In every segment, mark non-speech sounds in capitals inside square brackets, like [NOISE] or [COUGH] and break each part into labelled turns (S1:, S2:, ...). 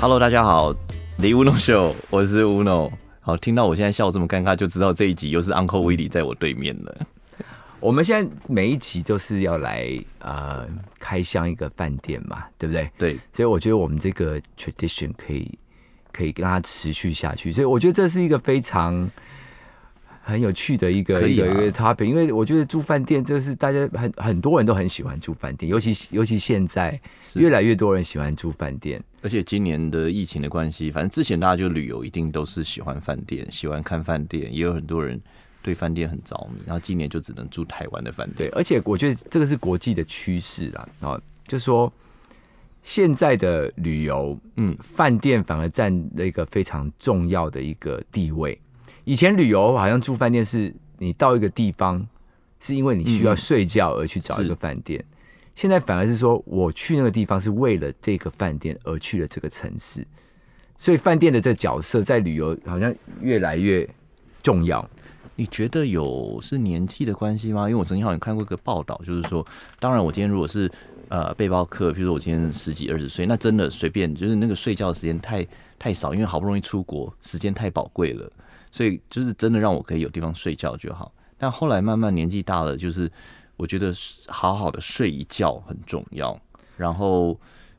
S1: Hello，大家好，The Uno Show，我是 Uno。好，听到我现在笑这么尴尬，就知道这一集又是 Uncle Willie 在我对面了。
S2: 我们现在每一集都是要来呃开箱一个饭店嘛，对不对？
S1: 对，
S2: 所以我觉得我们这个 tradition 可以可以让它持续下去，所以我觉得这是一个非常很有趣的一个、
S1: 可
S2: 一
S1: 以啊
S2: 个一个 topic，因为我觉得住饭店这是大家很很多人都很喜欢住饭店，尤其尤其现在
S1: 是
S2: 越来越多人喜欢住饭店。
S1: 而且今年的疫情的关系，反正之前大家就旅游一定都是喜欢饭店，喜欢看饭店，也有很多人对饭店很着迷。然后今年就只能住台湾的饭店。
S2: 对，而且我觉得这个是国际的趋势啦，哦，就是说现在的旅游，
S1: 嗯
S2: 嗯，饭店反而占了一个非常重要的一个地位。以前旅游好像住饭店是你到一个地方，是因为你需要睡觉而去找一
S1: 是
S2: 个饭店。现在反而是说，我去那个地方是为了这个饭店而去了这个城市，所以饭店的这个角色在旅游好像越来越重要。
S1: 你觉得有是年纪的关系吗？因为我曾经好像看过一个报道，就是说，当然我今天如果是呃背包客，比如说我今天十几二十岁，那真的随便，就是那个睡觉时间太太少，因为好不容易出国，时间太宝贵了，所以就是真的让我可以有地方睡觉就好。但后来慢慢年纪大了，就是我觉得好好的睡一觉很重要，然后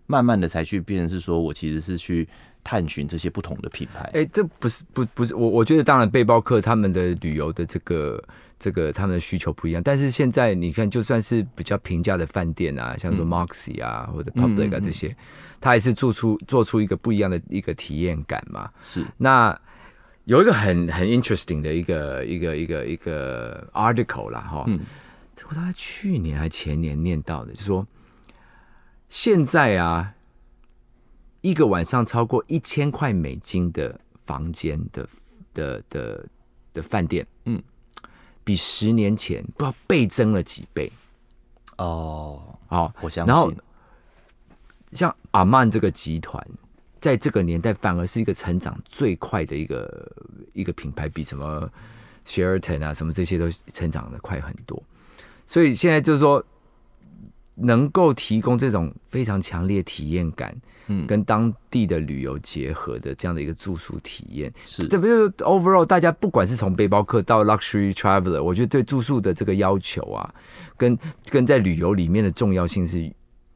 S1: 慢慢的才去变成是说我其实是去探寻这些不同的品牌。
S2: 哎、这不是不不是我，我觉得当然背包客他们的旅游的这个这个他们的需求不一样，但是现在你看，就算是比较平价的饭店啊，像说 Moxy 啊、或者 Public 啊这些，他还是做出做出一个不一样的一个体验感嘛。
S1: 是
S2: 那有一个很很 interesting 的一个一个一个一个 article 啦，哈，这我大概去年还前年念到的，就说现在啊，一个晚上超过一千块美金的房间的的的的饭店，
S1: 嗯，
S2: 比十年前不知道倍增了几倍，
S1: 哦，
S2: 哦，
S1: 我相
S2: 然后
S1: 信。
S2: 像阿曼这个集团，在这个年代反而是一个成长最快的一个一个品牌，比什么 Sheraton 啊什么这些都成长的快很多。所以现在就是说，能够提供这种非常强烈体验感，
S1: 嗯
S2: 跟当地的旅游结合的这样的一个住宿体验，
S1: 是
S2: 这不就是 overall 大家不管是从背包客到 luxury traveler，我觉得对住宿的这个要求啊，跟跟在旅游里面的重要性是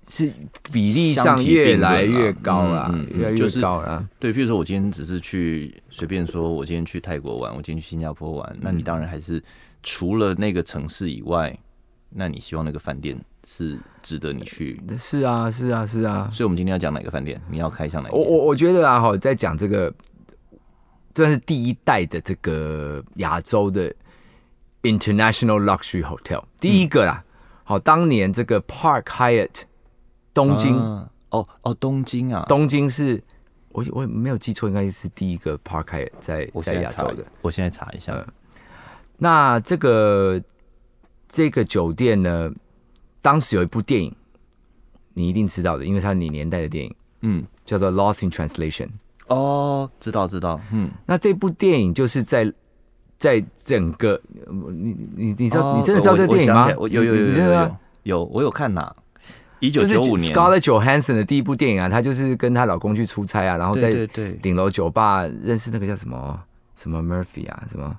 S2: 是比例
S1: 相
S2: 上
S1: 提并
S2: 越
S1: 论
S2: 来越
S1: 啦
S2: 高啦，
S1: 嗯嗯嗯
S2: 越来
S1: 就
S2: 越
S1: 是
S2: 高啦。
S1: 对，譬如说我今天只是去随便说，我今天去泰国玩，我今天去新加坡玩，那你当然还是除了那个城市以外，那你希望那个饭店是值得你去。
S2: 是啊，是啊，是啊。
S1: 所以我们今天要讲哪个饭店？你要开箱哪一
S2: 我
S1: 间？
S2: 我我觉得啊，哈，在讲这个，算是第一代的这个亚洲的 international luxury hotel，第
S1: 嗯
S2: 一个啦。好，当年这个 Park Hyatt，东京，
S1: 啊哦哦，东京啊，
S2: 东京是，我我没有记错，应该是第一个 Park Hyatt 在
S1: 我
S2: 在
S1: 现在
S2: 亚
S1: 查
S2: 洲的。，
S1: 我现在查一下。
S2: 那这个这个酒店呢，当时有一部电影，你一定知道的，因为它是你年代的电影，
S1: 嗯，
S2: 叫做《Lost in Translation》。
S1: 哦，知道知道，嗯，
S2: 那这部电影就是在在整个你你你知道、
S1: 哦
S2: 你真的知道
S1: 我
S2: 这个电影吗
S1: 我想起来？我有有有
S2: 你你
S1: 有
S2: 真
S1: 有
S2: 的吗
S1: 有有，我有看呐，一九
S2: 就是
S1: 九五年，
S2: Scarlett Johansson 的第一部电影啊，她就是跟她老公去出差啊，然后在
S1: 对对对，
S2: 顶楼酒吧认识那个叫什么什么 Murphy 啊，什么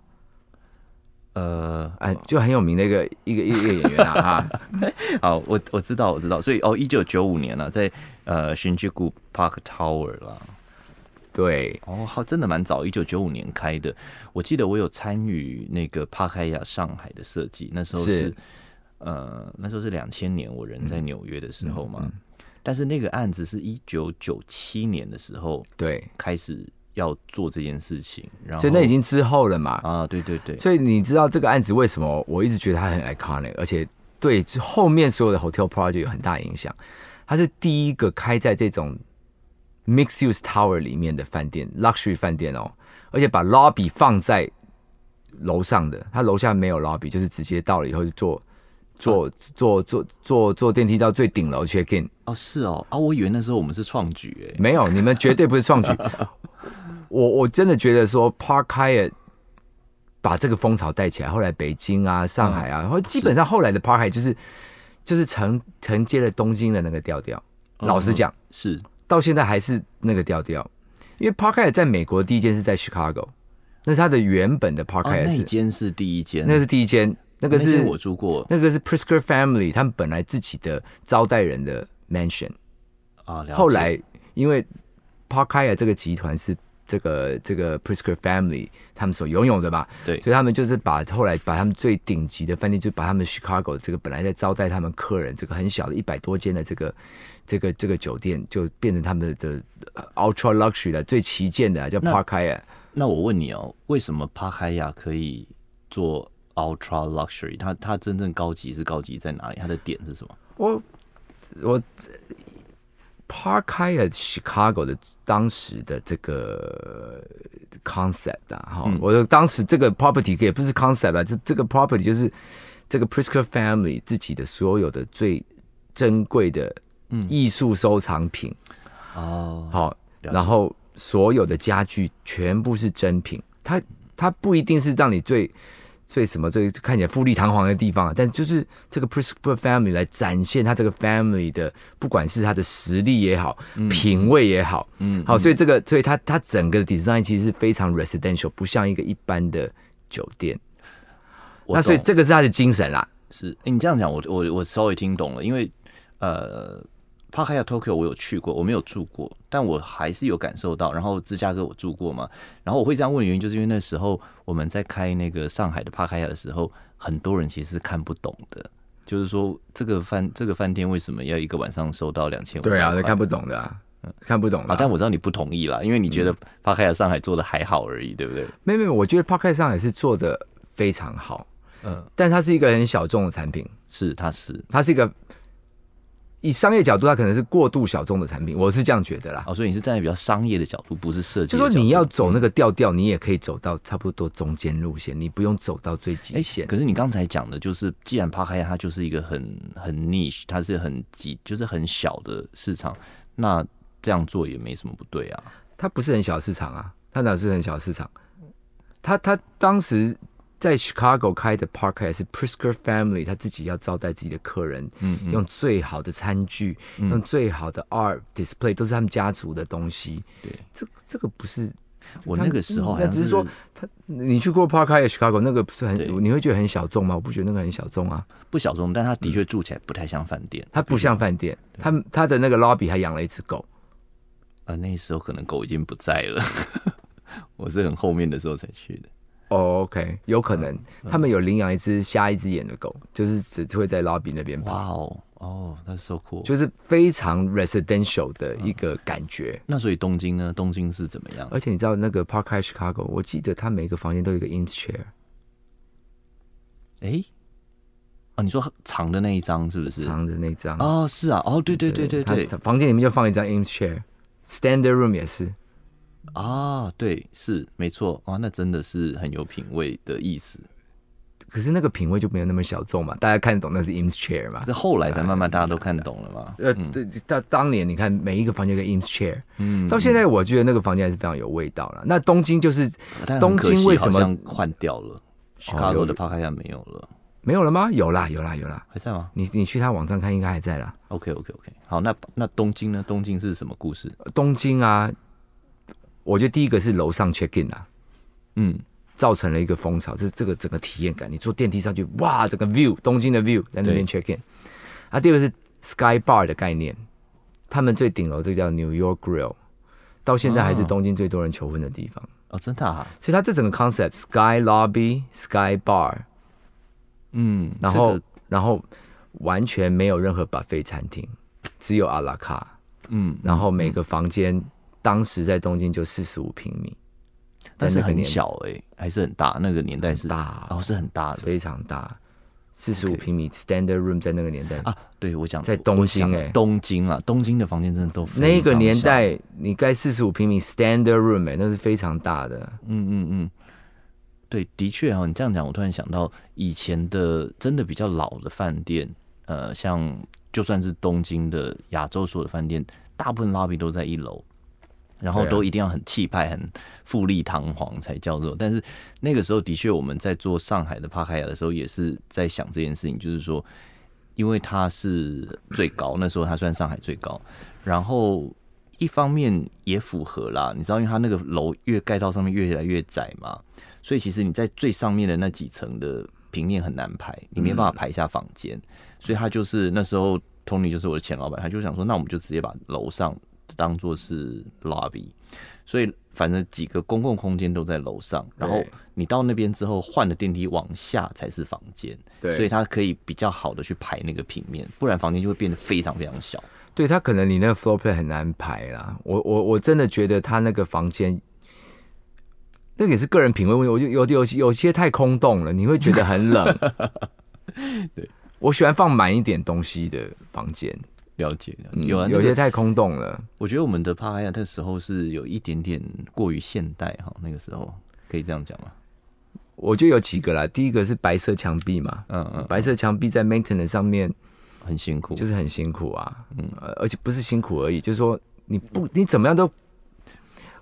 S1: 呃，
S2: 哎，就很有名的一个一个一个演
S1: [LAUGHS]
S2: 员啊哈。
S1: 好，我我知道，我知道，所以哦，一九九五年了、在呃新吉谷 Park Tower 啦，
S2: 对，
S1: 哦，好，真的蛮早，一九九五年开的。我记得我有参与那个帕开亚上海的设计，那时候是
S2: 是嗯
S1: 呃，那时候是两千年，我人在纽约的时候嘛。但是那个案子是一九九七年的时候
S2: 对，
S1: 开始要做这件事情，然后
S2: 所以那已经之后了嘛。
S1: 啊，对对对，
S2: 所以你知道这个案子为什么我一直觉得它很 iconic，而且对后面所有的 hotel project 有很大影响。它是第一个开在这种 mixed use tower 里面的饭店，luxury 饭店哦，而且把 lobby 放在楼上的，它楼下没有 lobby，就是直接到了以后就坐坐坐坐坐坐电梯到最顶楼 check in。
S1: 哦是哦，啊，我以为那时候我们是创举哎、
S2: 没有，你们绝对不
S1: [LAUGHS]
S2: 是创举。我我真的觉得说 Park Hyatt 把这个风潮带起来，后来北京啊、上海啊，然
S1: 嗯
S2: 后基本上后来的
S1: 嗯
S2: Park Hyatt 就是就是承承接了东京的那个调调。老实讲，
S1: 是
S2: 到现在还是那个调调。因为 Park Hyatt 在美国第一间是在 Chicago，那是它的原本的
S1: 哦，
S2: Park
S1: 那
S2: Hyatt，、
S1: 一
S2: 是
S1: 间是第一间，
S2: 那是第一间，那个
S1: 那
S2: 是
S1: 间我住过
S2: 那个是 Prisker Family 他们本来自己的招待人的 mansion，
S1: 啊。了解
S2: 后来因为 Park Hyatt 这个集团是这个这个 Prisker Family 他们所拥有的嘛，
S1: 对
S2: 所以他们就是把后来把他们最顶级的饭店，就把他们 Chicago 这个本来在招待他们客人这个很小的一百多间的这个这个这个酒店，就变成他们的呃 ultra luxury 的最旗舰的啊叫
S1: 那
S2: Park Hyatt。
S1: 那我问你哦，为什么帕海亚可以做 ultra luxury？它它真正高级是高级在哪里？它的点是什么？
S2: 我我 Park Hyatt Chicago 的当时的这个 concept 啊，哈、我的当时这个 property 也不是 concept 啊，这这个 property 就是这个 Prisker family 自己的所有的最珍贵的艺术收藏品，
S1: 哦，
S2: 好、
S1: 了解
S2: 然后所有的家具全部是真品，它它不一定是让你最最什么最看起来富丽堂皇的地方啊，但就是这个 Prisper family 来展现它这个 family 的，不管是它的实力也好，品味也好，嗯，好，所以这个所以它它整个的 design 其实是非常 residential，不像一个一般的酒店，
S1: 我
S2: 那所以
S1: 懂
S2: 这个是它的精神啦，
S1: 是、诶你这样讲，我我我稍微听懂了，因为呃，帕海亚 Tokyo 我有去过，我没有住过，但我还是有感受到。然后芝加哥我住过嘛，然后我会这样问的原因，就是因为那时候我们在开那个上海的帕海亚的时候，很多人其实是看不懂的，就是说这个饭这个饭店为什么要一个晚上收到两千五？
S2: 对啊，那看不懂的、啊，嗯看不懂的、
S1: 啊，但我知道你不同意啦，因为你觉得帕海亚上海做的还好而已，对不对？
S2: 没有没有，我觉得 Park 上也是做的非常好，
S1: 嗯
S2: 嗯，但它是一个很小众的产品。
S1: 是，它是
S2: 它是一个以商业角度，它可能是过度小众的产品，我是这样觉得啦。
S1: 啊，所以你是站在比较商业的角度，不是设计
S2: 就
S1: 的角
S2: 说
S1: 度。嗯
S2: 你要走那个调调，你也可以走到差不多中间路线，你不用走到最极
S1: 哎，
S2: 限。
S1: 可是你刚才讲的，就是既然帕海亚它就是一个很很 niche，它是很挤，就是很小的市场，那这样做也没什么不对啊。
S2: 它不是很小的市场啊，它哪是很小的市场？它它当时在 Chicago 开的 Park 还是 Prisker Family，他自己要招待自己的客人，
S1: 嗯
S2: 用最好的餐具，用最好的 art display，都是他们家族的东西。
S1: 对，
S2: 这这个不是
S1: 我那个时候好
S2: 那
S1: 像
S2: 只是说他，你去过 Park Hyatt Chicago 那个不是
S1: 对
S2: 很，你会觉得很小众吗？我不觉得那个很小众啊，
S1: 不小众，但它的
S2: 嗯
S1: 确住起来不太像饭店。
S2: 它不像饭店，它它的那个 lobby 还养了一只狗，
S1: 啊，那时候可能狗已经不在了， [LAUGHS] 我是很后面的时候才去的。
S2: 哦、o k 有可能
S1: 嗯
S2: 他们有领养一只瞎一只眼的狗，就是只会在 lobby 那边跑，
S1: 哇哦，哦，那 so cool。
S2: 就是非常 residential
S1: 嗯
S2: 的一个感觉。
S1: 那所以东京呢？东京是怎么样？
S2: 而且你知道那个 Park Hyatt Chicago，我记得它每个房间都有一个 in chair，
S1: 哎、啊，你说长的那一张是不是？
S2: 长的那张，
S1: 哦，是啊，哦，对对对对对，
S2: 它房间里面就放一张 in chair，standard room 也是。
S1: 啊，对，是没错啊，那真的是很有品味的意思。
S2: 可是那个品味就没有那么小众嘛，大家看得懂那是 i m s chair 嘛。
S1: 这后来才慢慢大家都看懂了嘛。
S2: 呃，啊哎对，到当年你看每一个房间有个 i m s chair，嗯，到现在我觉得那个房间还是非常有味道了。那东京就是
S1: 但很
S2: 东
S1: 可惜
S2: 京为什
S1: 好
S2: 么哦
S1: 像换掉了
S2: 有
S1: ？Chicago 的帕开亚没有了，
S2: 没有了吗？有啦，有啦，有啦。
S1: 还在吗
S2: 你你去他网站看，应该还在啦。
S1: ？OK OK OK，好，那那东京呢？东京是什么故事？
S2: 东京啊，我觉得第一个是楼上 check in 啊，
S1: 嗯，
S2: 造成了一个风潮，这这个整个体验感。你坐电梯上去，哇，整个 view 东京的 view 在那边 check in。啊，第二个是 sky bar 的概念，他们最顶楼这个叫 New York Grill，到现在还是
S1: 哦
S2: 东京最多人求婚的地方。
S1: 哦，真的啊，
S2: 所以它这整个 concept sky lobby sky bar，
S1: 嗯，
S2: 然后、
S1: 这个
S2: 然后完全没有任何 buffet 餐厅，只有阿拉卡，
S1: 嗯，
S2: 然后每个房间、当时在东京就四十五平米，
S1: 但是
S2: 在那个
S1: 很
S2: 年代
S1: 小哎、还是很大，那个年代是
S2: 很大
S1: 哦，是很大的
S2: 非常大，四十五
S1: OK
S2: 平米 standard room 在那个年代
S1: 啊。对我讲
S2: 在
S1: 我
S2: 东
S1: 我想
S2: 京欸
S1: 东京啊，东京的房间真的都非
S2: 那个
S1: 常
S2: 年
S1: 小
S2: 代，你盖四十五平米 standard room 哎、那是非常大的。
S1: 嗯嗯嗯，对，的确哦哈、你这样讲，我突然想到以前的真的比较老的饭店，呃，像就算是东京的亚洲所有的饭店，大部分 lobby 都在一楼，然后
S2: 对啊
S1: 都一定要很气派、很富丽堂皇才叫做。但是那个时候的确，我们在做上海的帕海亚的时候，也是在想这件事情，就是说，因为它是最高，那时候它算上海最高，然后一一方面也符合啦，你知道，因为它那个楼越盖到上面越来越窄嘛，所以其实你在最上面的那几层的平面很难排，你没办法排下房间，所以他就是那时候 Tony 就是我的前老板，他就想说，那我们就直接把楼上当做是 lobby，所以反正几个公共空间都在楼上，然后
S2: 对
S1: 你到那边之后换了电梯往下才是房间，
S2: 对
S1: 所以它可以比较好的去排那个平面，不然房间就会变得非常非常小。
S2: 对他可能你那个 floor plan 很难排啦。我我我真的觉得他那个房间，那个也是个人品味问题。我就有有有些太空洞了，你会觉得很
S1: [LAUGHS]
S2: 冷。对，我喜欢放满一点东西的房间。
S1: 了解，了解
S2: 嗯
S1: 有啊，那
S2: 有
S1: 个
S2: 些太空洞了。
S1: 我觉得我们的帕海亚那时候是有一点点过于现代哈，那个时候可以这样讲吗？
S2: 我就有几个啦，第一个是白色墙壁嘛，
S1: 嗯嗯，
S2: 白色墙壁在 maintenance 上面
S1: 很辛苦，
S2: 就是很辛苦啊，嗯，而且不是辛苦而已，就是说你不你怎么样都，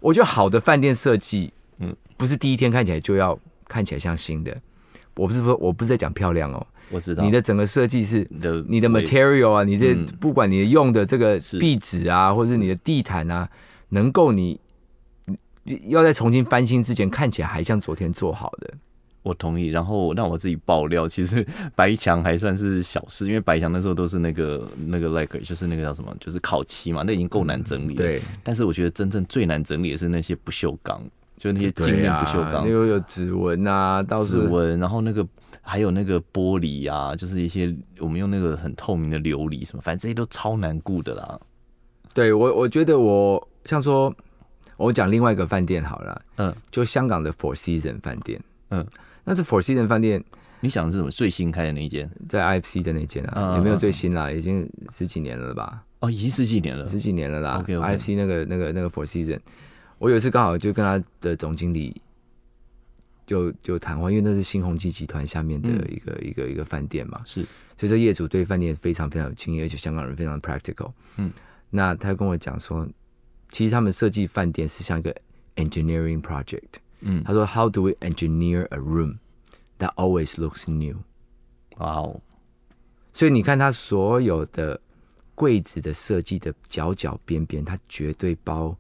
S2: 我觉得好的饭店设计，嗯
S1: 嗯，
S2: 不是第一天看起来就要看起来像新的，我不是说我不是在讲漂亮哦，
S1: 我知道
S2: 你的整个设计是
S1: 你的
S2: 你的
S1: 位
S2: material 啊，你这不管你的用的这个
S1: 是
S2: 壁纸啊，或者你的地毯啊，能够你你要在重新翻新之前看起来还像昨天做好的，
S1: 我同意。然后让我自己爆料，其实白墙还算是小事，因为白墙那时候都是那个那个 like 就是那个叫什么，就是烤漆嘛，那已经够难整理了。，
S2: 对。
S1: 但是我觉得真正最难整理的是那些不锈钢，就是那些镜面不锈
S2: 啊，
S1: 钢。
S2: 又有指纹啊，到
S1: 指
S2: 时候
S1: 纹，然后那个还有那个玻璃啊，就是一些我们用那个很透明的琉璃什么，反正这些都超难顾的啦。
S2: 对我，我觉得我像说，我讲另外一个饭店好了，
S1: 嗯，
S2: 就香港的 Four Season 饭店，
S1: 嗯，
S2: 那这 Four Season 饭店
S1: 你想的是什么？最新开的那一间？
S2: 在 IFC 的那间啊，
S1: 嗯
S2: 有没有最新啦？已经十几年了吧，
S1: 哦，已经十几年了。
S2: 十几年了啦。
S1: OK，OK
S2: IFC 那个那个那个 Four Season，我有一次刚好就跟他的总经理就就谈话，因为那是新鸿基集团下面的
S1: 嗯
S2: 一个、一个一个饭店嘛，
S1: 是，
S2: 所以这业主对饭店非常非常有经验，而且香港人非常 practical。
S1: 嗯，
S2: 那他跟我讲说，其实他们设计饭店是像一个 engineering project。
S1: 嗯，
S2: 他说，How do we engineer a room that always looks new？
S1: 哇哦，
S2: 所以你看，它所有的柜子的设计的角角边边，它绝对包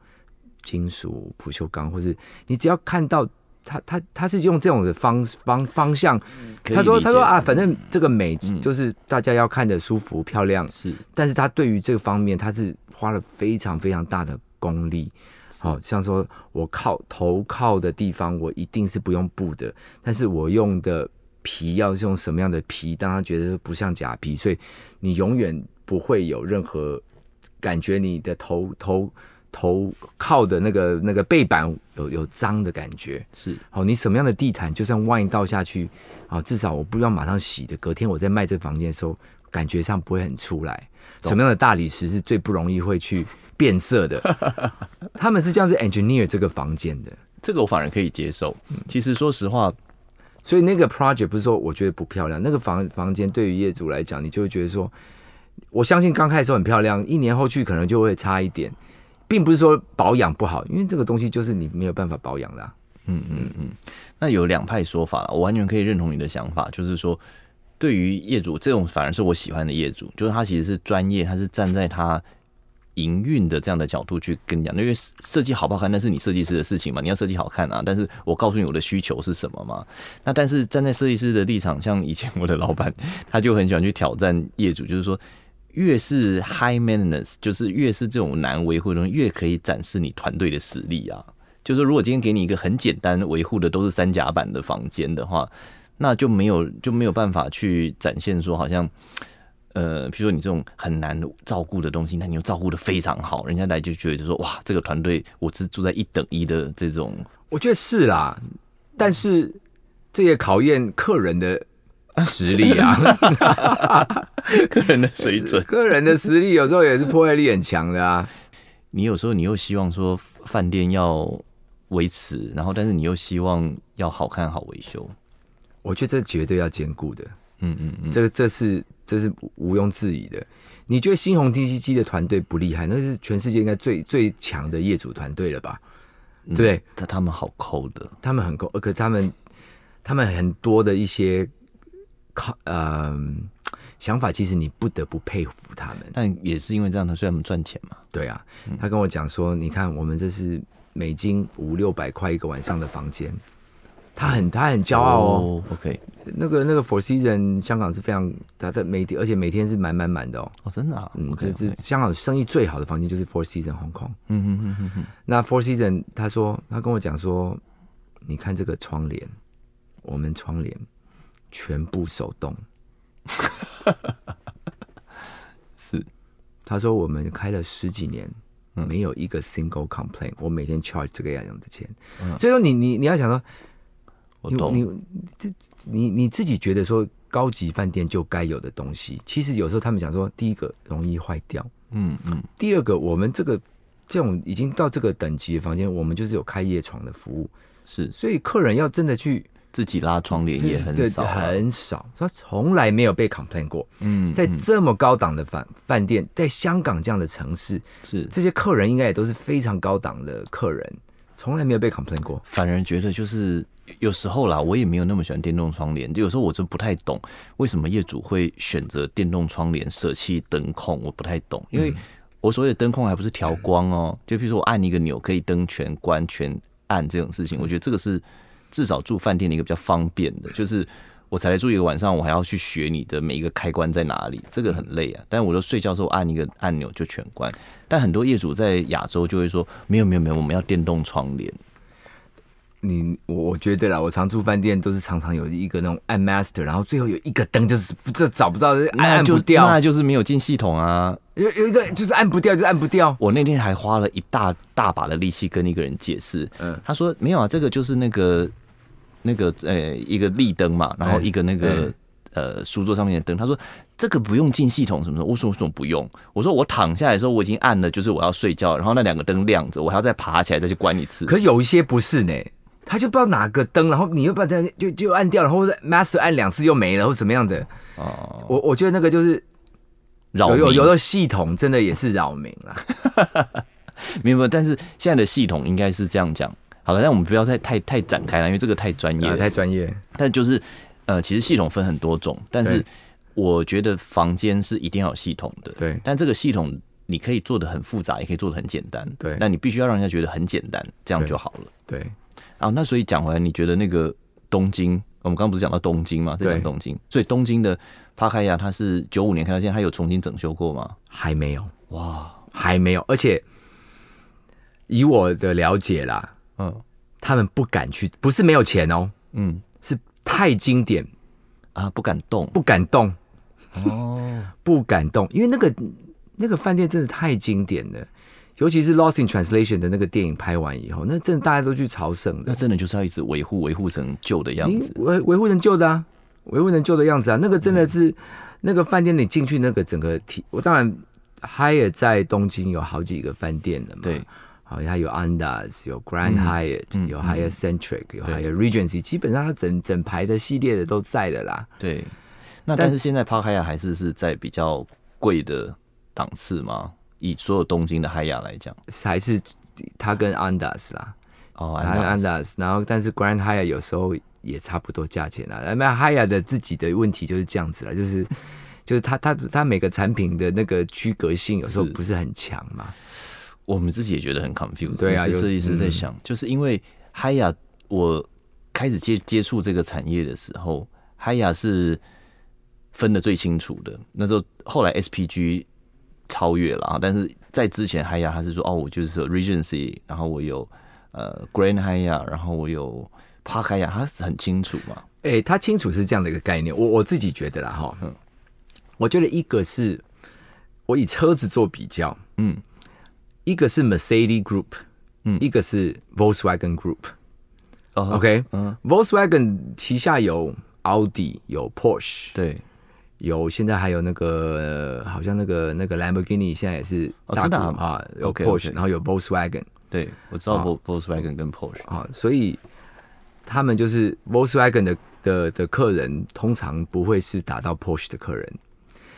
S2: 金属、不锈钢，或是你只要看到它，它它是用这种的方方方向。
S1: 嗯可以
S2: 他说
S1: 理解
S2: 他说啊，反正这个美
S1: 嗯
S2: 就是大家要看的舒服漂亮，
S1: 是
S2: 但是他对于这个方面，他是花了非常非常大的功力。好、像说我靠头靠的地方，我一定是不用布的，但是我用的皮要是用什么样的皮，让他觉得不像假皮，所以你永远不会有任何感觉你的头头头靠的那个那个背板有有脏的感觉。
S1: 是，
S2: 好，你什么样的地毯，就算万一倒下去，啊，至少我不要马上洗的，隔天我在卖这房间的时候，感觉上不会很出来。什么样的大理石是最不容易会去变色的？他们是这样子 engineer 这个房间的，
S1: 这个我反而可以接受。其实说实话，
S2: 所以那个 project 不是说我觉得不漂亮，那个房房间对于业主来讲，你就会觉得说，我相信刚开始的时候很漂亮，一年后去可能就会差一点，并不是说保养不好，因为这个东西就是你没有办法保养的啊、
S1: 那有两派说法啦，我完全可以认同你的想法，就是说，对于业主这种反而是我喜欢的业主，就是他其实是专业，他是站在他营运的这样的角度去跟你讲，因为设计好不好看那是你设计师的事情嘛，你要设计好看啊，但是我告诉你我的需求是什么嘛。那但是站在设计师的立场，像以前我的老板， [LAUGHS] 他就很喜欢去挑战业主，就是说。越是 high maintenance，就是越是这种难维护的东西，越可以展示你团队的实力啊。就是说如果今天给你一个很简单维护的都是三甲板的房间的话，那就没有就没有办法去展现说好像，呃，比如说你这种很难照顾的东西，那你又照顾的非常好，人家来就觉得就说哇，这个团队我是住在一等一的这种，
S2: 我觉得是啦，但是这也考验客人的实
S1: [LAUGHS]
S2: 力啊，
S1: 个人的水准。
S2: 客人的实力有时候也是破坏力很强的啊。
S1: 你有时候你又希望说饭店要维持，然后但是你又希望要好看好维修，
S2: 我觉得这绝对要兼顾的，
S1: 嗯嗯嗯，
S2: 这个这是这是毋庸置疑的。你觉得新鸿基基的团队不厉害？那是全世界应该最最强的业主团队了吧？
S1: 嗯
S2: 对不对，
S1: 他他们好抠的，
S2: 他们很够，呃可他们他们很多的一些考，嗯、想法，其实你不得不佩服他们。
S1: 但也是因为这样，所以他们赚钱嘛。
S2: 对啊，
S1: 嗯
S2: 他跟我讲说，你看我们这是美金五六百块一个晚上的房间，他很他很骄傲哦。
S1: o k
S2: 那个那个 Four Season 香港是非常，他在每天而且每天是满满满的哦。
S1: 哦，真的啊，
S2: 嗯，
S1: OK，
S2: 这这
S1: OK
S2: 香港生意最好的房间就是 Four Season Hong Kong。
S1: 嗯嗯嗯嗯嗯，
S2: 那 Four Season 他说，他跟我讲说，你看这个窗帘，我们窗帘全部手动。
S1: [LAUGHS] 是嗯
S2: 他说我们开了十几年，没有一个 single complaint，我每天 charge 这个样的钱。所以说你你你要想说，
S1: 嗯我
S2: 你
S1: 懂。
S2: 你这你你自己觉得说高级饭店就该有的东西，其实有时候他们讲说，第一个容易坏掉，
S1: 嗯嗯，
S2: 第二个我们这个这种已经到这个等级的房间，我们就是有开夜床的服务，
S1: 是
S2: 所以客人要真的去
S1: 自己拉窗帘也很
S2: 对
S1: 少啊，
S2: 很少，他从来没有被 complain 过。
S1: 嗯，
S2: 在这么高档的饭饭店，在香港这样的城市，
S1: 是
S2: 这些客人应该也都是非常高档的客人，从来没有被 complain 过。
S1: 反而觉得就是有时候啦，我也没有那么喜欢电动窗帘，有时候我真不太懂为什么业主会选择电动窗帘，舍弃灯控，我不太懂，因为我所谓的灯控还不是调光哦，就比如说我按一个钮可以灯全关全暗这种事情，我觉得这个是至少住饭店的一个比较方便的，就是。我才来住一个晚上，我还要去学你的每一个开关在哪里，这个很累啊。但我就睡觉的时候按一个按钮就全关，但很多业主在亚洲就会说没有没有没有，我们要电动窗帘。
S2: 你我我觉得啦，我常住饭店都是常常有一个那种按 master，然后最后有一个灯就是不这找不到，就是按
S1: 那
S2: 按
S1: 就
S2: 不掉
S1: 那，就是没有进系统啊！
S2: 有有一个就是按不掉，就是按不掉。
S1: 我那天还花了一大大把的力气跟一个人解释，
S2: 嗯
S1: 他说没有啊，这个就是那个那个呃、一个立灯嘛，然后
S2: 嗯
S1: 一个那个、呃书桌上面的灯，他说这个不用进系统什么什么，我说为什么不用？我说我躺下来的时候我已经按了，就是我要睡觉，然后那两个灯亮着，我还要再爬起来再去关一次。
S2: 可是有一些不是呢，他就不知道哪个灯，然后你又把它就就按掉，然后 master 按两次又没了，或怎么样子。
S1: 哦，
S2: 我我觉得那个就是
S1: 扰
S2: 有
S1: 民
S2: 有有的系统真的也是扰民啦。
S1: 没有没有，但是现在的系统应该是这样讲。好了，但我们不要再太太展开了，因为这个太专业
S2: 啊
S1: 了。
S2: 太专业。
S1: 但就是呃，其实系统分很多种，但是
S2: 对
S1: 我觉得房间是一定要有系统的。
S2: 对
S1: 但这个系统你可以做的很复杂，也可以做的很简单。
S2: 对
S1: 那你必须要让人家觉得很简单，这样
S2: 对
S1: 就好了。
S2: 对，
S1: 啊，那所以讲回来，你觉得那个东京，我们刚刚不是讲到东京嘛，在讲
S2: 对
S1: 东京，所以东京的帕开亚它是九五年开到现在，它有重新整修过吗？
S2: 还没有，
S1: 哇，
S2: 还没有，而且以我的了解啦，
S1: 嗯
S2: 他们不敢去，不是没有钱哦，
S1: 嗯
S2: 是太经典，
S1: 啊，不敢动
S2: 不敢动，
S1: 哦，
S2: 不敢动，因为那个那个饭店真的太经典了。尤其是《Lost in Translation》的那个电影拍完以后，那真的大家都去朝圣
S1: [LAUGHS] 那
S2: 的，
S1: 真的就是要一直维护维护成旧的样
S2: 你
S1: 子，
S2: 维维护成旧的啊，维护成旧的样子啊，那个真的
S1: 嗯
S2: 是、那个饭店你进去那个整个体，我当然 Hyatt 在东京有好几个饭店的嘛，
S1: 对，
S2: 好，它有 Andas，有 Grand Hyatt，、
S1: 嗯
S2: 有
S1: 嗯
S2: Hyatt Centric，、有
S1: 对
S2: Hyatt Regency，基本上它整整排的系列的都在的啦。
S1: 对，那
S2: 但
S1: 但是现在帕海亚还是是在比较贵的档次吗？以所有东京的海雅来讲，
S2: 还是它跟 Andas 啦，
S1: 哦，安达
S2: 啊安 Andas，然后但是 Grand Hyatt 有时候也差不多价钱啦。啊那 Hyatt 的自己的问题就是这样子啦，就是
S1: [LAUGHS]
S2: 就是它它它每个产品的那个区隔性有时候
S1: 是
S2: 不是很强嘛。
S1: 我们自己也觉得很 confused。
S2: 对啊
S1: 我们
S2: 有
S1: 设计师在
S2: 嗯
S1: 想，就是因为海雅，我开始接接触这个产业的时候，海雅是分的最清楚的。那时候后来 SPG 超越了啊，但是在之前海雅他是说，哦，我就是有 Regency，然后我有呃 Grand 海雅，然后我有 Park 海雅，他是很清楚嘛。
S2: 诶，他清楚是这样的一个概念，我我自己觉得啦哈，
S1: 嗯
S2: 我觉得一个是我以车子做比较，
S1: 嗯，
S2: 一个是 Mercedes Group，
S1: 嗯
S2: 一个是 Volkswagen Group。
S1: 哦
S2: OK，
S1: 嗯
S2: Volkswagen 旗下有奥迪，有 Porsche，
S1: 对，
S2: 有现在还有那个呃好像那个那个 Lamborghini 现在也是
S1: 哦
S2: 大
S1: 真的
S2: 股
S1: 啊
S2: 啊，有
S1: OK，OK
S2: Porsche，然后有 Volkswagen
S1: 对，我知道
S2: 啊
S1: Vol- Volkswagen 跟 Porsche
S2: 啊，所以他们就是 Volkswagen 的的的客人通常不会是打到 Porsche 的客人，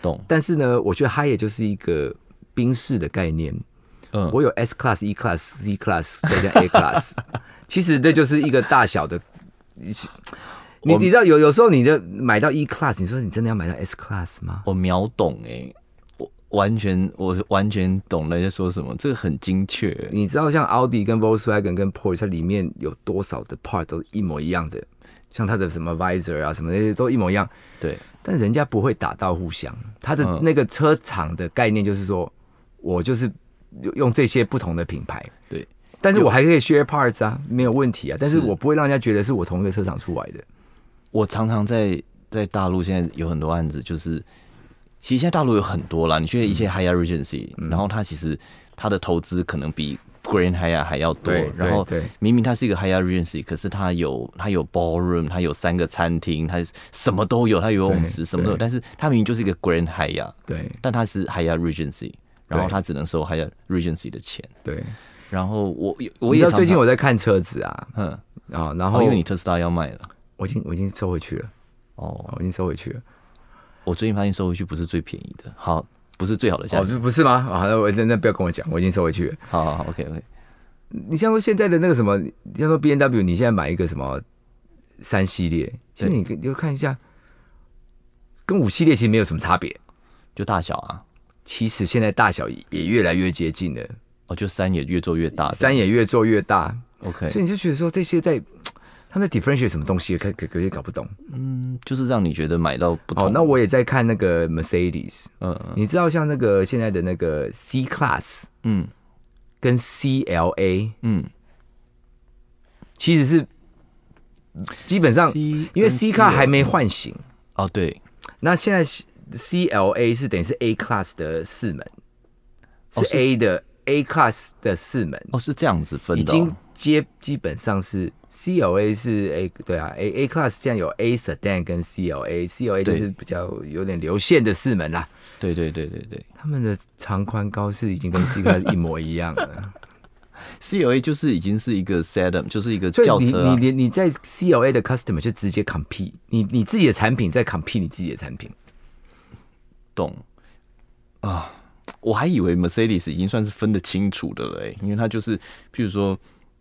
S1: 懂，
S2: 但是呢，我觉得它也就是一个宾士的概念，
S1: 嗯
S2: 我有 S class、E class、C class 再加 A class，其实这就是一个大小的。你你知道有有时候你的买到 E class，你说你真的要买到 S class 吗？
S1: 我秒懂哎、我完全我完全懂人家说什么，这个很精确、欸
S2: 你知道像奥迪跟 Volkswagen 跟 Porsche 它里面有多少的 part 都一模一样的，像它的什么 visor 啊什么那些都一模一样，
S1: 对，
S2: 但人家不会打到互相。它的
S1: 嗯
S2: 那个车厂的概念就是说，我就是用这些不同的品牌，
S1: 对，
S2: 但是我还可以 share parts 啊，没有问题啊，但是
S1: 是
S2: 我不会让人家觉得是我同一个车厂出来的。
S1: 我常常在在大陆现在有很多案子，就是其实现在大陆有很多啦，你去一
S2: 嗯
S1: 些 h i g h Regency，、然后它其实它的投资可能比 Green h i g h 还要多
S2: 对，
S1: 然后
S2: 对对
S1: 明明它是一个 h i g h Regency，可是它有它有 ballroom，它有三个餐厅，它什么都有，它有游泳池
S2: 对
S1: 什么都有，
S2: 对
S1: 但是它明明就是一个 Green h i g h
S2: 对
S1: 但它是 h i g h Regency，然后
S2: 对
S1: 它只能收 h i g h Regency 的钱，
S2: 对，
S1: 然后我我
S2: 我知
S1: 也
S2: 道
S1: 常常
S2: 最近我在看车子啊，
S1: 嗯，
S2: 啊，然
S1: 然后
S2: 后
S1: 因为你特斯拉要卖了
S2: 我已经我已经收回去了，
S1: 哦，
S2: 我已经收回去了。
S1: 我最近发现收回去不是最便宜的，好，不是最好的价
S2: 哦，
S1: 格。
S2: 这不是吗？啊，那我真的不要跟我讲，我已经收回去了。
S1: 好好好，OK OK，
S2: 你像说现在的那个什么，像说 B N W，你现在买一个什么三系列，其实你你就看一下，跟五系列其实没有什么差别。
S1: 就大小啊，
S2: 其实现在大小也越来越接近了，
S1: 哦，就山也越做越大，
S2: 三也越做越大，
S1: OK，
S2: 所以你就觉得说这些在他们在 differentiate 什么东西，可可可也搞不懂。
S1: 嗯，就是让你觉得买到不同。
S2: 哦，那我也在看那个 Mercedes，
S1: 嗯嗯
S2: 你知道像那个现在的那个 C Class
S1: 嗯
S2: 跟 CLA
S1: 嗯，
S2: 其实是基本上
S1: C
S2: 因为
S1: 跟
S2: C 卡还没唤醒，
S1: 哦，对，
S2: 那现在 CLA 是等于是 A class 的四门，
S1: 哦
S2: 是
S1: 是
S2: A 的 A class 的四门，
S1: 哦是这样子分
S2: 已
S1: 的哦、
S2: 经接基本上是 CLA 是 A 对啊 A A class 现在有 A sedan 跟 CLA，CLA 就
S1: 对
S2: 是比较有点流线的四门啦，
S1: 对对对对对
S2: 他们的长宽高是已经跟 C class 一模一
S1: [LAUGHS]
S2: 样了。
S1: ，CLA 就是已经是一个 sedan，就是一个
S2: 所
S1: 轿
S2: 以你
S1: 车、啊
S2: 你，连你在 CLA 的 customer 就直接 compete，你你自己的产品在 compete 你自己的产品，
S1: 懂啊？我还以为 Mercedes 已经算是分得清楚的了、欸，因为它就是，譬如说，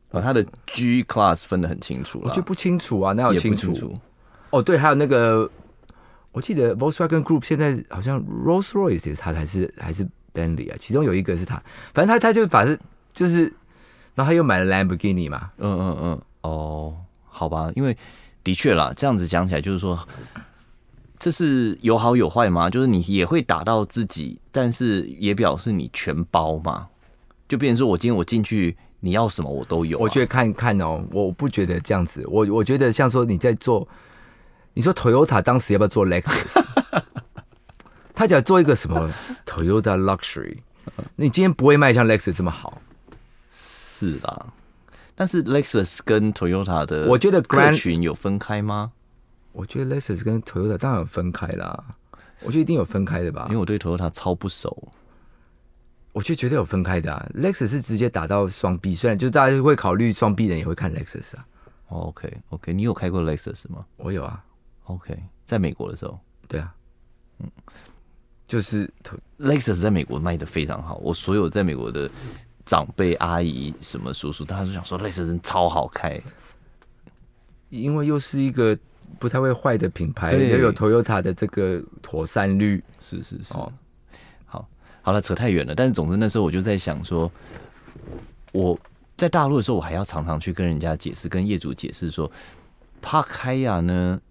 S1: 把它的 G Class 分得很清楚
S2: 我
S1: 了，
S2: 就不清楚啊，哪有
S1: 也
S2: 清
S1: 不
S2: 楚？
S1: 清楚。
S2: 哦，对，还有那个，我记得 Volkswagen Group 现在好像 Rolls Royce 也是他还是还是 Bentley 啊，其中有一个是他，反正他他就把这就是，然后他又买了 Lamborghini 嘛，
S1: 嗯嗯嗯，哦，好吧，因为的确啦，这样子讲起来，就是说，这是有好有坏吗？就是你也会打到自己，但是也表示你全包嘛，就变成说我今天我进去，你要什么我都有啊、
S2: 我觉得看看哦，我不觉得这样子，我我觉得像说你在做，你说 Toyota 当时要不要做 Lexus？他只要做一个什么 Toyota Luxury，你今天不会卖像 Lexus 这么好。
S1: 是啦。但是 Lexus 跟 Toyota 的，
S2: 我觉得
S1: 客
S2: Grand-
S1: 群有分开吗？
S2: 我觉得 Lexus 跟 Toyota 当然有分开啦，我觉得一定有分开的吧
S1: 因为，我对 Toyota 超不熟。
S2: 我觉得绝对有分开的啊。Lexus 是直接打到双 B，虽然就是大家会考虑双 B 人也会看 Lexus 啊，
S1: 哦 OK OK，你有开过 Lexus 吗
S2: 我有啊，
S1: ？OK，在美国的时候。
S2: 对啊，就是 Toy-
S1: Lexus 在美国卖的非常好，我所有在美国的长辈、阿姨、什么叔叔，大家都想说 Lexus 真超好开。
S2: 因为又是一个不太会坏的品牌，
S1: 对
S2: 又有 Toyota 的这个妥善率
S1: 是是是，
S2: 哦，
S1: 好，好了，扯太远了。但是总之那时候我就在想说，我在大陆的时候，我还要常常去跟人家解释，跟业主解释说，帕开亚呢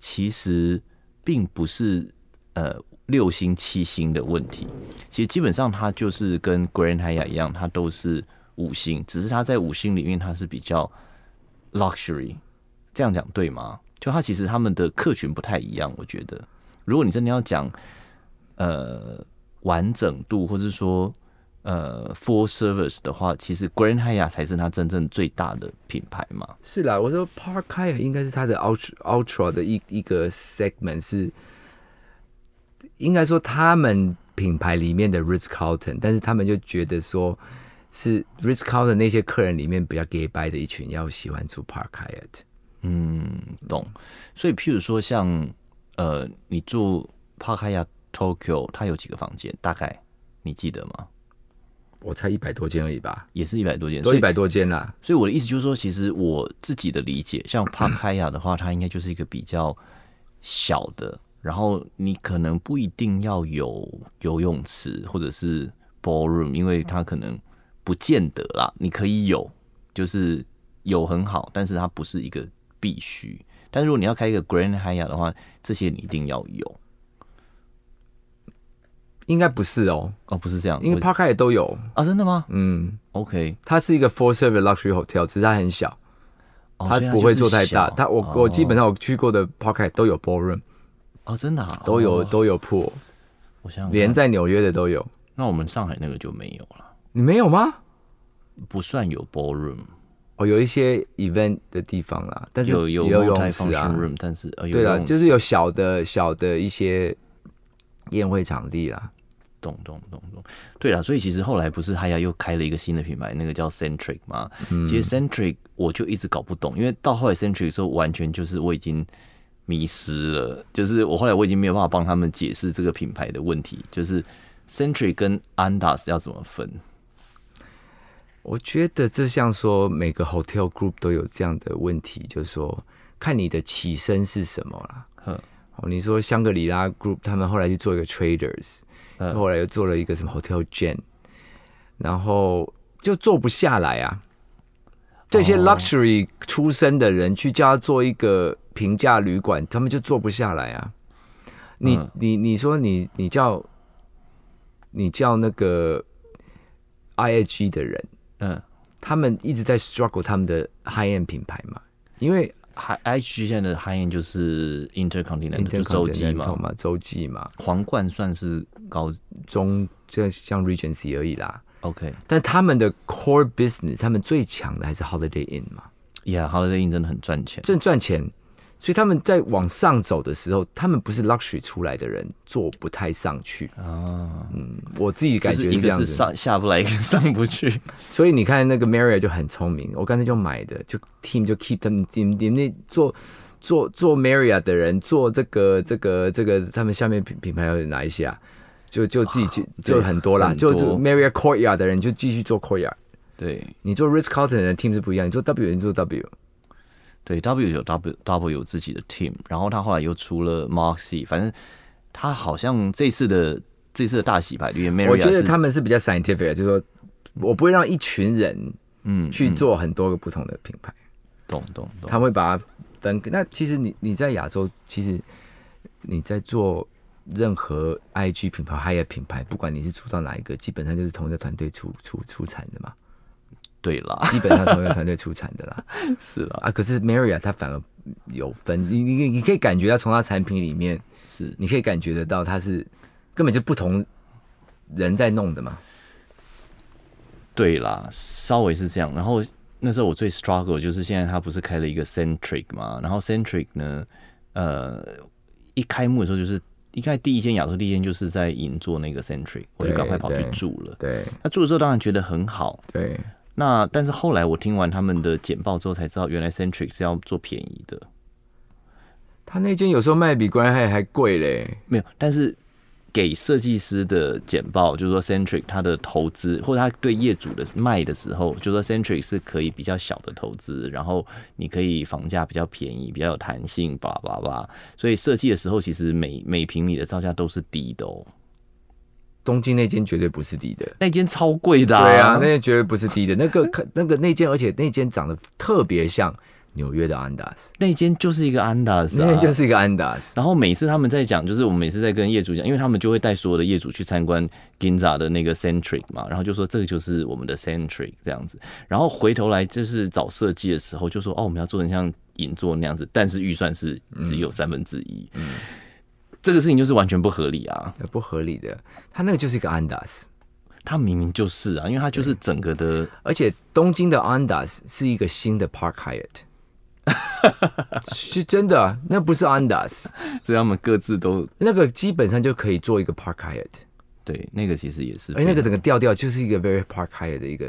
S1: 其实并不是呃六星七星的问题，其实基本上它就是跟 Grand Hyatt 一样，它都是五星，只是它在五星里面它是比较 luxury，这样讲对吗？就它其实他们的客群不太一样，我觉得，如果你真的要讲呃完整度，或是说呃 full service 的话，其实 Grand Hyatt 才是它真正最大的品牌嘛。
S2: 是啦，我说 Park Hyatt 应该是它的 Ultra Ultra 的一一个 segment 是，应该说他们品牌里面的 Ritz Carlton，但是他们就觉得说是 Ritz Carlton 那些客人里面比较 gay by 的一群，要喜欢住 Park Hyatt。
S1: 嗯，懂。所以譬如说像呃，你住帕卡亚 Tokyo，它有几个房间？大概你记得吗？
S2: 我才一百多间而已吧，
S1: 也是一百多间，
S2: 都
S1: 所
S2: 一
S1: 以
S2: 百多间啦。
S1: 所以我的意思就是说，其实我自己的理解，像帕拍亚的话，它应该就是一个比较小的，然后你可能不一定要有游泳池或者是 ballroom，因为它可能不见得啦，你可以有，就是有很好，但是它不是一个必须。但如果你要开一个 Grand Hyatt 的话，这些你一定要有
S2: 应该不是哦，
S1: 哦，不是这样，
S2: 因为
S1: 我
S2: Park 也都有，
S1: 啊，真的吗
S2: 嗯，
S1: ？OK，
S2: 它是一个 full service luxury hotel，只是它很小，
S1: 哦
S2: 它
S1: 所以
S2: 不会
S1: 就是
S2: 做太大。
S1: 小
S2: 它我我基本上我去过的 Park 都有 ballroom，
S1: 哦，真的、啊、
S2: 都有
S1: 哦
S2: 都有 pool，
S1: 我想想看
S2: 连在纽约的都有。
S1: 那我们上海那个就没有了，
S2: 你没有吗？
S1: 不算有 ballroom，
S2: 哦，有一些 event 的地方啦，但是
S1: 有有
S2: 也有游泳
S1: multi-function
S2: 池啊，
S1: room，但是呃，有
S2: 对
S1: 游
S2: 啦，
S1: 泳
S2: 就是
S1: 池
S2: 有小的小的一些宴会场地啦。
S1: 懂懂懂懂，对啦，所以其实后来不是海雅又开了一个新的品牌，那个叫 Centric 嘛。
S2: 嗯
S1: 其实 Centric 我就一直搞不懂，因为到后来 Centric 的时候，完全就是我已经迷失了，就是我后来我已经没有办法帮他们解释这个品牌的问题，就是 Centric 跟 Andas 要怎么分？
S2: 我觉得这像说每个 hotel group 都有这样的问题，就是说看你的起身是什么啦。
S1: 嗯
S2: 哦，你说香格里拉 group 他们后来去做一个 traders，、
S1: 嗯
S2: 后来又做了一个什么 hotel gen，然后就做不下来啊。这
S1: 哦
S2: 些 luxury 出身的人去叫他做一个平价旅馆，他们就做不下来啊。你、
S1: 嗯
S2: 你你说你你叫你叫那个 IAG 的人，
S1: 嗯，
S2: 他们一直在 struggle 他们的 high end 品牌嘛，因为
S1: 海 IG 现在的 high end 就是 Intercontinental，就洲际
S2: Intercontinental
S1: 嘛，
S2: 嘛，洲际嘛，
S1: 皇冠算是高
S2: 中就像 Regency 而已啦。
S1: OK。
S2: 但他们的 core business，他们最强的还是 Holiday Inn 嘛，
S1: Yeah，Holiday Inn 真的很赚钱。
S2: 正赚钱。所以他们在往上走的时候，他们不是 luxury 出来的人，做不太上去啊。嗯，我自己感
S1: 哦就
S2: 觉
S1: 是一个
S2: 这样
S1: 是
S2: 子。
S1: 上下不来，一个上不去。
S2: 所以你看那个 Maria 就很聪明，我刚才就买的，就 team 就 keep 他们你们你们那做做做 Maria 的人，做这个这个这个，他们下面品品牌有哪一些啊？就就自己就就很多啦，
S1: 哦很多
S2: 就就 Maria Courtyard 的人就继续做 Courtyard。
S1: [LAUGHS] 对
S2: 你做 Ritz Carlton 的 team 是不一样，你做 W 你做 W，
S1: 对，W 有 W W 有自己的 team，然后他后来又出了 Moxie，反正他好像这次的这次的大洗牌里面
S2: 我
S1: ，Maria
S2: 觉得
S1: 是
S2: 他们是比较 scientific，的就是说我不会让一群人
S1: 嗯
S2: 去做很多个不同的品牌，
S1: 懂懂懂，
S2: 他会把它分。那其实你你在亚洲，其实你在做任何 IG 品牌、h i g h 品牌，不管你是出到哪一个，基本上就是同一个团队出出出产的嘛，
S1: 对啦，
S2: 基本上同一个团队出产的啦。
S1: 是啦，
S2: 啊，可是 Maria 它反而有分，你你你可以感觉到从它产品里面，
S1: 是
S2: 你可以感觉得到它是根本就不同人在弄的嘛。
S1: 对啦，稍微是这样。然后那时候我最 struggle 就是现在他不是开了一个 Centric 嘛，然后 Centric 呢，呃，一开幕的时候就是应该第一间亚洲第一间就是在银座那个 Centric，我就
S2: 对
S1: 赶快跑去
S2: 对
S1: 住了。
S2: 对
S1: 那住了之后当然觉得很好，
S2: 对，
S1: 那但是后来我听完他们的简报之后才知道，原来 Centric 是要做便宜的，
S2: 他那间有时候卖比关还还贵嘞。
S1: 没有，但是给设计师的简报就是说 Centric 它的投资或者他对业主的卖的时候，就说 Centric 是可以比较小的投资，然后你可以房价比较便宜，比较有弹性，叭叭叭，所以设计的时候其实每每平米的造价都是低的哦，
S2: 东京那间绝对不是低的。
S1: 那间超贵的、
S2: 对啊，那间绝对不是低的。那个那个那间，而且那间长得特别像纽约的安达斯，
S1: 那间就是一个安达斯、
S2: 那
S1: 啊，
S2: 间就是一个安达斯。
S1: 然后每次他们在讲，就是我们每次在跟业主讲，因为他们就会带所有的业主去参观 Ginza 的那个 Centric 嘛，然后就说这个就是我们的 Centric 这样子。然后回头来就是找设计的时候，就说哦，我们要做成像银座那样子，但是预算是只有三分之一。这个事情就是完全不合理啊！
S2: 呃不合理的，它那个就是一个安达斯，
S1: 它明明就是啊，因为它就是整个的
S2: 而且东京的安达斯是一个新的 Park
S1: [LAUGHS]
S2: Hyatt，是真的啊，那不是安达斯，
S1: 所以他们各自都
S2: 那个基本上就可以做一个 Park Hyatt，
S1: 对那个其实也是
S2: 而那个整个调调就是一个 very Park Hyatt 的一个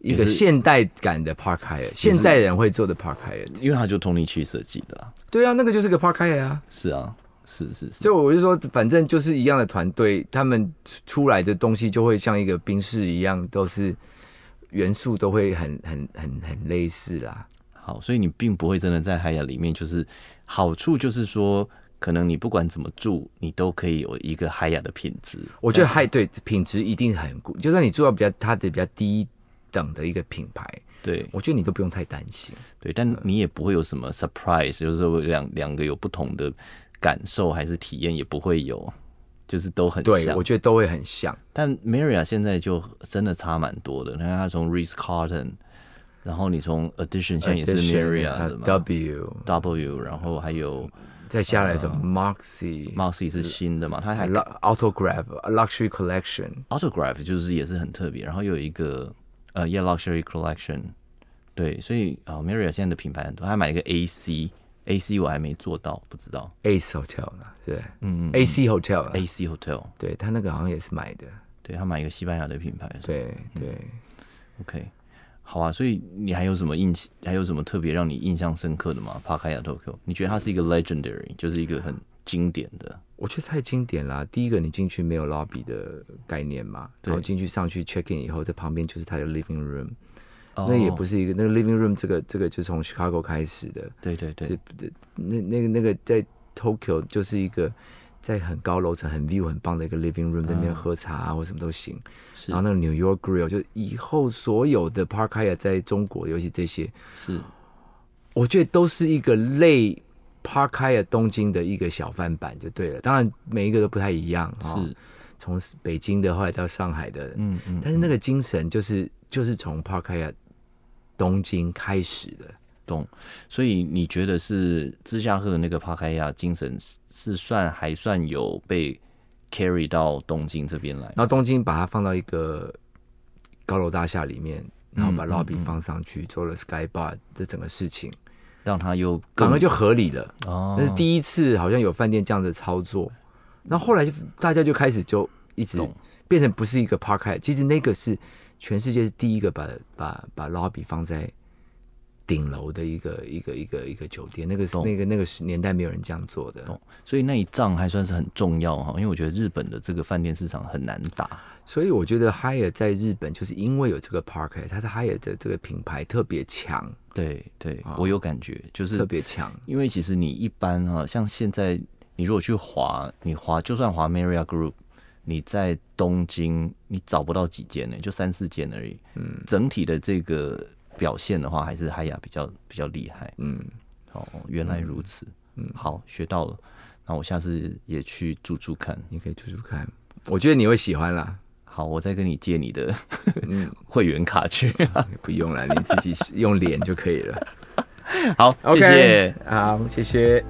S2: 一个
S1: 也是
S2: 现代感的 Park Hyatt，现在人会做的 Park Hyatt，
S1: 因为它就 Tony 去设计的啦，
S2: 对啊，那个就是个 Park Hyatt 啊。
S1: 是啊，是是是，
S2: 所以我就说，反正就是一样的团队，他们出来的东西就会像一个冰室一样，都是元素都会很很很很类似啦。
S1: 好，所以你并不会真的在海雅里面，就是好处就是说，可能你不管怎么住，你都可以有一个海雅的品质。
S2: 我觉得还对品质一定很顾，就算你做到比较它的比较低等的一个品牌，
S1: 对
S2: 我觉得你都不用太担心。
S1: 对，但你也不会有什么 surprise，就是说两两个有不同的感受还是体验也不会有，就是都很
S2: 对，
S1: 像
S2: 我。觉得都会很像。
S1: 但 Maria 现在就真的差蛮多的，你看她从 Ritz Carlton，然后你从 Addition 现在也是 Maria 的
S2: 呃
S1: 嘛
S2: W，
S1: ，W，然后还有
S2: 再下来什么哦 Moxie、
S1: Moxie 是新的嘛，她还
S2: Lu- Autograph、Luxury Collection，
S1: Autograph 就是也是很特别，然后又有一个呃 Yeah Luxury Collection，对，所以啊、m a r i a 现在的品牌很多，还买了一个 AC。A C 我还没做到，不知道。
S2: Ace Hotel 呢？对，嗯，AC Hotel 啊
S1: A C Hotel，
S2: 对他那个好像也是买的，
S1: 对他买一个西班牙的品牌。
S2: 对对。
S1: OK，好啊。所以你还有什么印，还有什么特别让你印象深刻的吗？帕卡亚 Tokyo，你觉得它是一个 legendary，就是一个很经典的。
S2: 我觉得太经典啦！第一个，你进去没有 lobby 的概念嘛，
S1: 对
S2: 然后进去上去 check in 以后，在旁边就是它的 living room，、
S1: 哦
S2: 那也不是一个那个 living room 这个这个就从 Chicago 开始的，
S1: 对对对
S2: 这这那那个那个在 Tokyo 就是一个在很高楼层、很 view 很棒的一个 living room，在那边喝茶啊或什么都行。
S1: 嗯是
S2: 然后那个 New York Grill 就以后所有的 Park Hyatt 在中国，尤其这些，
S1: 是
S2: 我觉得都是一个类 Park Hyatt 东京的一个小翻版就对了。当然每一个都不太一样啊。哦
S1: 是
S2: 从北京的，后来到上海的，
S1: 嗯嗯，
S2: 但是那个精神就是就是从 Park Hyatt 东京开始的。
S1: 懂。所以你觉得是芝加哥的那个帕卡亚精神是是算还算有被 carry 到东京这边来？
S2: 然后东京把它放到一个高楼大厦里面，然后
S1: 嗯
S2: 把 lobby 放上去，做了 sky bar 这整个事情，
S1: 让他又
S2: 反而
S1: 更
S2: 就合理了。
S1: 哦
S2: 那是第一次好像有饭店这样的操作，那后来就大家就开始就一直
S1: 懂
S2: 变成不是一个 park hyatt，其实那个是全世界是第一个把把把 lobby 放在顶楼的一个一个一个一个酒店，那个是
S1: 懂
S2: 那个那个时年代没有人这样做的，
S1: 懂，所以那一仗还算是很重要哈，因为我觉得日本的这个饭店市场很难打。
S2: 所以我觉得 Hyatt 在日本就是因为有这个 park hyatt，它的 Hyatt 的这个品牌特别强，
S1: 对对，
S2: 啊
S1: 我有感觉，就是
S2: 特别强，
S1: 因为其实你一般哈、像现在你如果去滑，你滑就算滑 Marriott Group，你在东京你找不到几间呢，就三四间而已。嗯，整体的这个表现的话，还是海雅比较比较厉害。
S2: 嗯，
S1: 哦，原来如此。嗯，好，学到了。那我下次也去住住看。
S2: 你可以住住看，我觉得你会喜欢啦。
S1: 好，我再跟你借你的 [LAUGHS] 会员卡去。
S2: 不 [LAUGHS] 用了，你自己用脸就可以了。
S1: 好，谢谢。
S2: 好，谢谢。